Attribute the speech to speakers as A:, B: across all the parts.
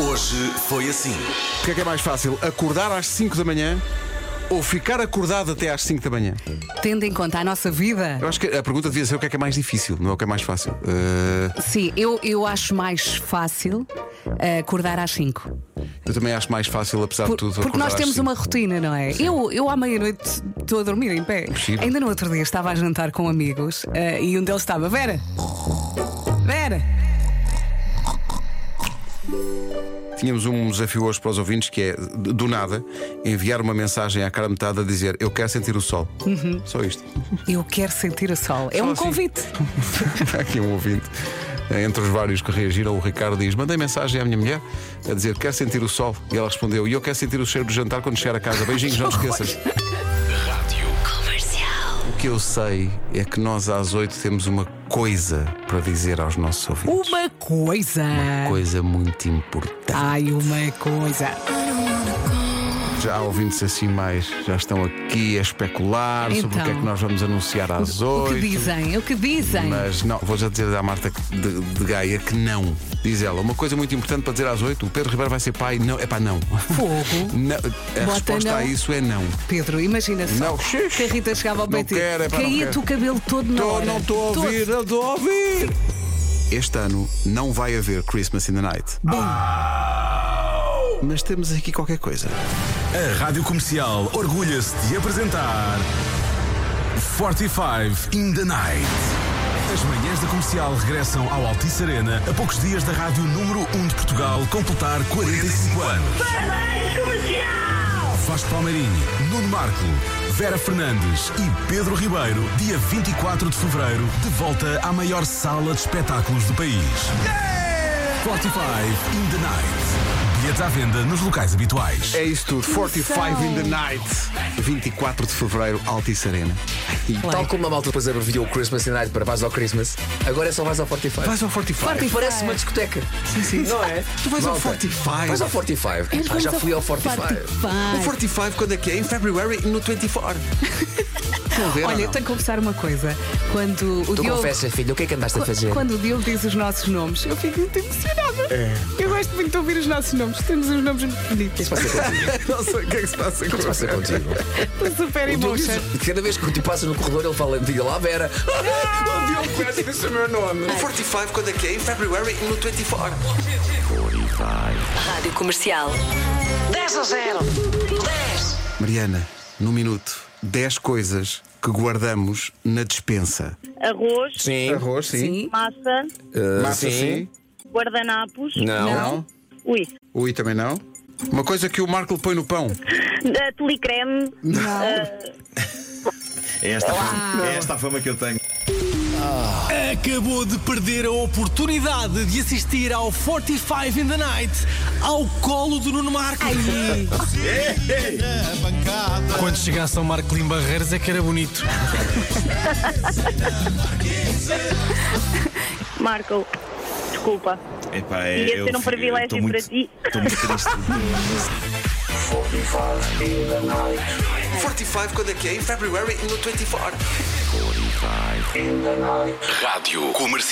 A: Hoje foi assim.
B: O que é que é mais fácil? Acordar às 5 da manhã ou ficar acordado até às 5 da manhã?
C: Tendo em conta a nossa vida,
B: Eu acho que a pergunta devia ser o que é que é mais difícil, não é o que é mais fácil. Eh,
C: sim, eu, eu acho mais fácil eh, acordar às 5.
B: eu também acho mais fácil, apesar de tudo.
C: porque
B: acordar
C: nós
B: às
C: temos
B: cinco.
C: uma rotina, não é? Eu, eu à meia-noite estou a dormir em pé.
B: Impossível.
C: Ainda no outro dia estava a jantar com amigos eh, e um deles estava: Vera! Vera!
B: Tínhamos um desafio hoje para os ouvintes que é, d- do nada, enviar uma mensagem à cara metade a dizer eu quero sentir o sol. Só isto.
C: Eu quero sentir o sol. Uhum. É
B: Só
C: um
B: assim.
C: convite.
B: Está aqui um ouvinte. eh, Entre os vários que reagiram, o Ricardo diz: Mandei mensagem à minha mulher a dizer quer sentir o sol. E ela respondeu: E eu quero sentir o cheiro do jantar quando chegar a casa. Beijinhos, não te esqueças. O que eu sei é que nós às oito temos uma coisa para dizer aos nossos ouvintes.
C: Uma coisa.
B: Coisa muito importante.
C: Ai, uma coisa. Ah.
B: Já há ouvintes assim mais, já estão aqui a especular sobre o que é
C: Então.
B: que nós vamos anunciar às
C: O que
B: oito.
C: dizem? é O que dizem?
B: Mas não, vou já dizer à Marta que- de, de Gaia que não. Diz ela, uma coisa muito importante para dizer às oito, o Pedro Ribeiro vai ser pai. Não, é pá, não.
C: Fogo.
B: Não, a
C: Bota
B: resposta
C: não.
B: a isso é não.
C: Pedro, imagina só.
B: Não, xixi.
C: Que a Rita chegava ao
B: Não
C: peito
B: quero, é pá, não
C: caía-te
B: quero.
C: o cabelo todo na
B: Tô,
C: hora.
B: não estou a
C: Todo.
B: ouvir, não estou a ouvir. Este ano não vai haver Christmas in the Night. Ah.
C: Bom,
B: Mas temos aqui qualquer coisa.
A: A Rádio Comercial orgulha-se de apresentar 45 in the Night. As manhãs da comercial regressam ao Altice Arena a poucos dias da rádio número 1 de Portugal completar 45 anos. Vasco Palmeirinho, Nuno Marco, Vera Fernandes e Pedro Ribeiro, dia 24 de fevereiro, de volta à maior sala de espetáculos do país. 45 in the Night. Bilhetes à venda nos locais habituais.
B: É isso tudo. 45 in the Night. 24 de fevereiro, Altice Arena.
D: Tal como a malta depois abreviou o Christmas in the Night para vais ao Christmas, agora é só vais ao Fortify.
B: Tá, Vais ao 45.
D: E parece uma discoteca. Sim, sim. Não é?
B: Tu vais ao
D: Malta,
B: 45.
D: Vais ao Fortify. Epá, já fui ao Fortify.
B: O 45 quando é que é? Em February no 24. Estão a ver ou
C: Olha, eu
B: não? é?
C: tenho que confessar uma coisa. Quando o
D: Tu
C: Diogo.
D: confessas, filho, o que é que andaste a fazer?
C: Quando o Diogo diz os nossos nomes, eu fico muito emocionada.
D: É.
C: Eu gosto muito de ouvir os nossos nomes. Temos uns nomes muito bonitos.
D: O que se passa contigo?
B: Não sei o que é que se passa com
D: O que se passa contigo?
C: Estou super
D: O Diogo
C: emotion.
D: diz- Cada vez que tu passas no corredor, ele fala, diga lá, Vera.
B: Ah,
D: O Diogo conhece disse o meu nome.
B: 45 quando é que é? Em February no 24.
E: Rádio Comercial. 10 a 0. 10.
B: Mariana, num minuto, 10 coisas que guardamos na dispensa.
F: arroz,
D: Sim.
B: Arroz, Eh,
C: Sim.
F: massa,
D: Uh,
B: Massa, sim.
F: guardanapos.
D: Não.
B: Não.
F: Ui,
B: Ui, também não. Uma coisa que o Marco põe no pão.
F: eh, telecreme.
G: É esta, a fama, é esta a fama que eu tenho.
H: Acabou de perder a oportunidade de assistir ao 45 in the Night ao colo do Nuno Marco. Quando chegasse ao Marco Lim Barreiros é que era bonito.
F: Marco, desculpa.
G: Epá, é,
F: Ia ser um
G: eu- eu
F: privilégio
G: tô muito-
F: para ti.
G: Estou muito triste.
B: 45 quando é que é? Em February no 24.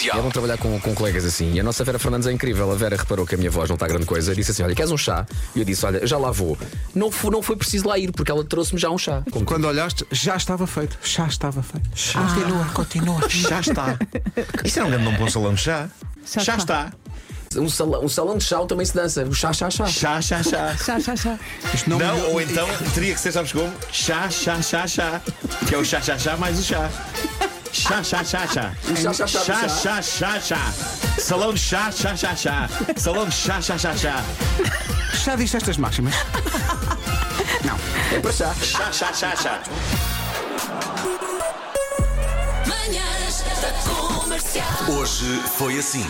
D: É bom trabalhar com, com colegas assim. E a nossa Vera Fernandes é incrível. A Vera reparou que a minha voz não está grande coisa. Disse assim: Olha, queres um chá? E eu disse: Olha, já lá vou. Não foi, não foi preciso lá ir, porque ela trouxe-me já um chá. Como
B: Quando olhaste, já estava feito. Já estava feito. Continua, continua. Já está.
G: Isso era um grande nome para um salão de chá. Chá, está.
D: um, salão, um salão de chá também se dança. O chá, chá, chá.
G: Chá, chá, chá.
C: Chá, chá, chá.
B: Isto não,
G: Não, ou então teria que ser, sabes como? Chá, chá, chá, chá. Que é o chá, chá, chá mais o chá. Chá, chá, chá, chá.
D: O chá, chá, chá do chá.
G: Chá, chá, chá, chá. Salão de chá, chá, chá, chá. Salão de chá, chá, chá, chá.
B: Já diste estas máximas?
D: É para chá.
G: Chá, chá, chá, chá.
E: Manhãs da Comercial.
A: Hoje foi assim.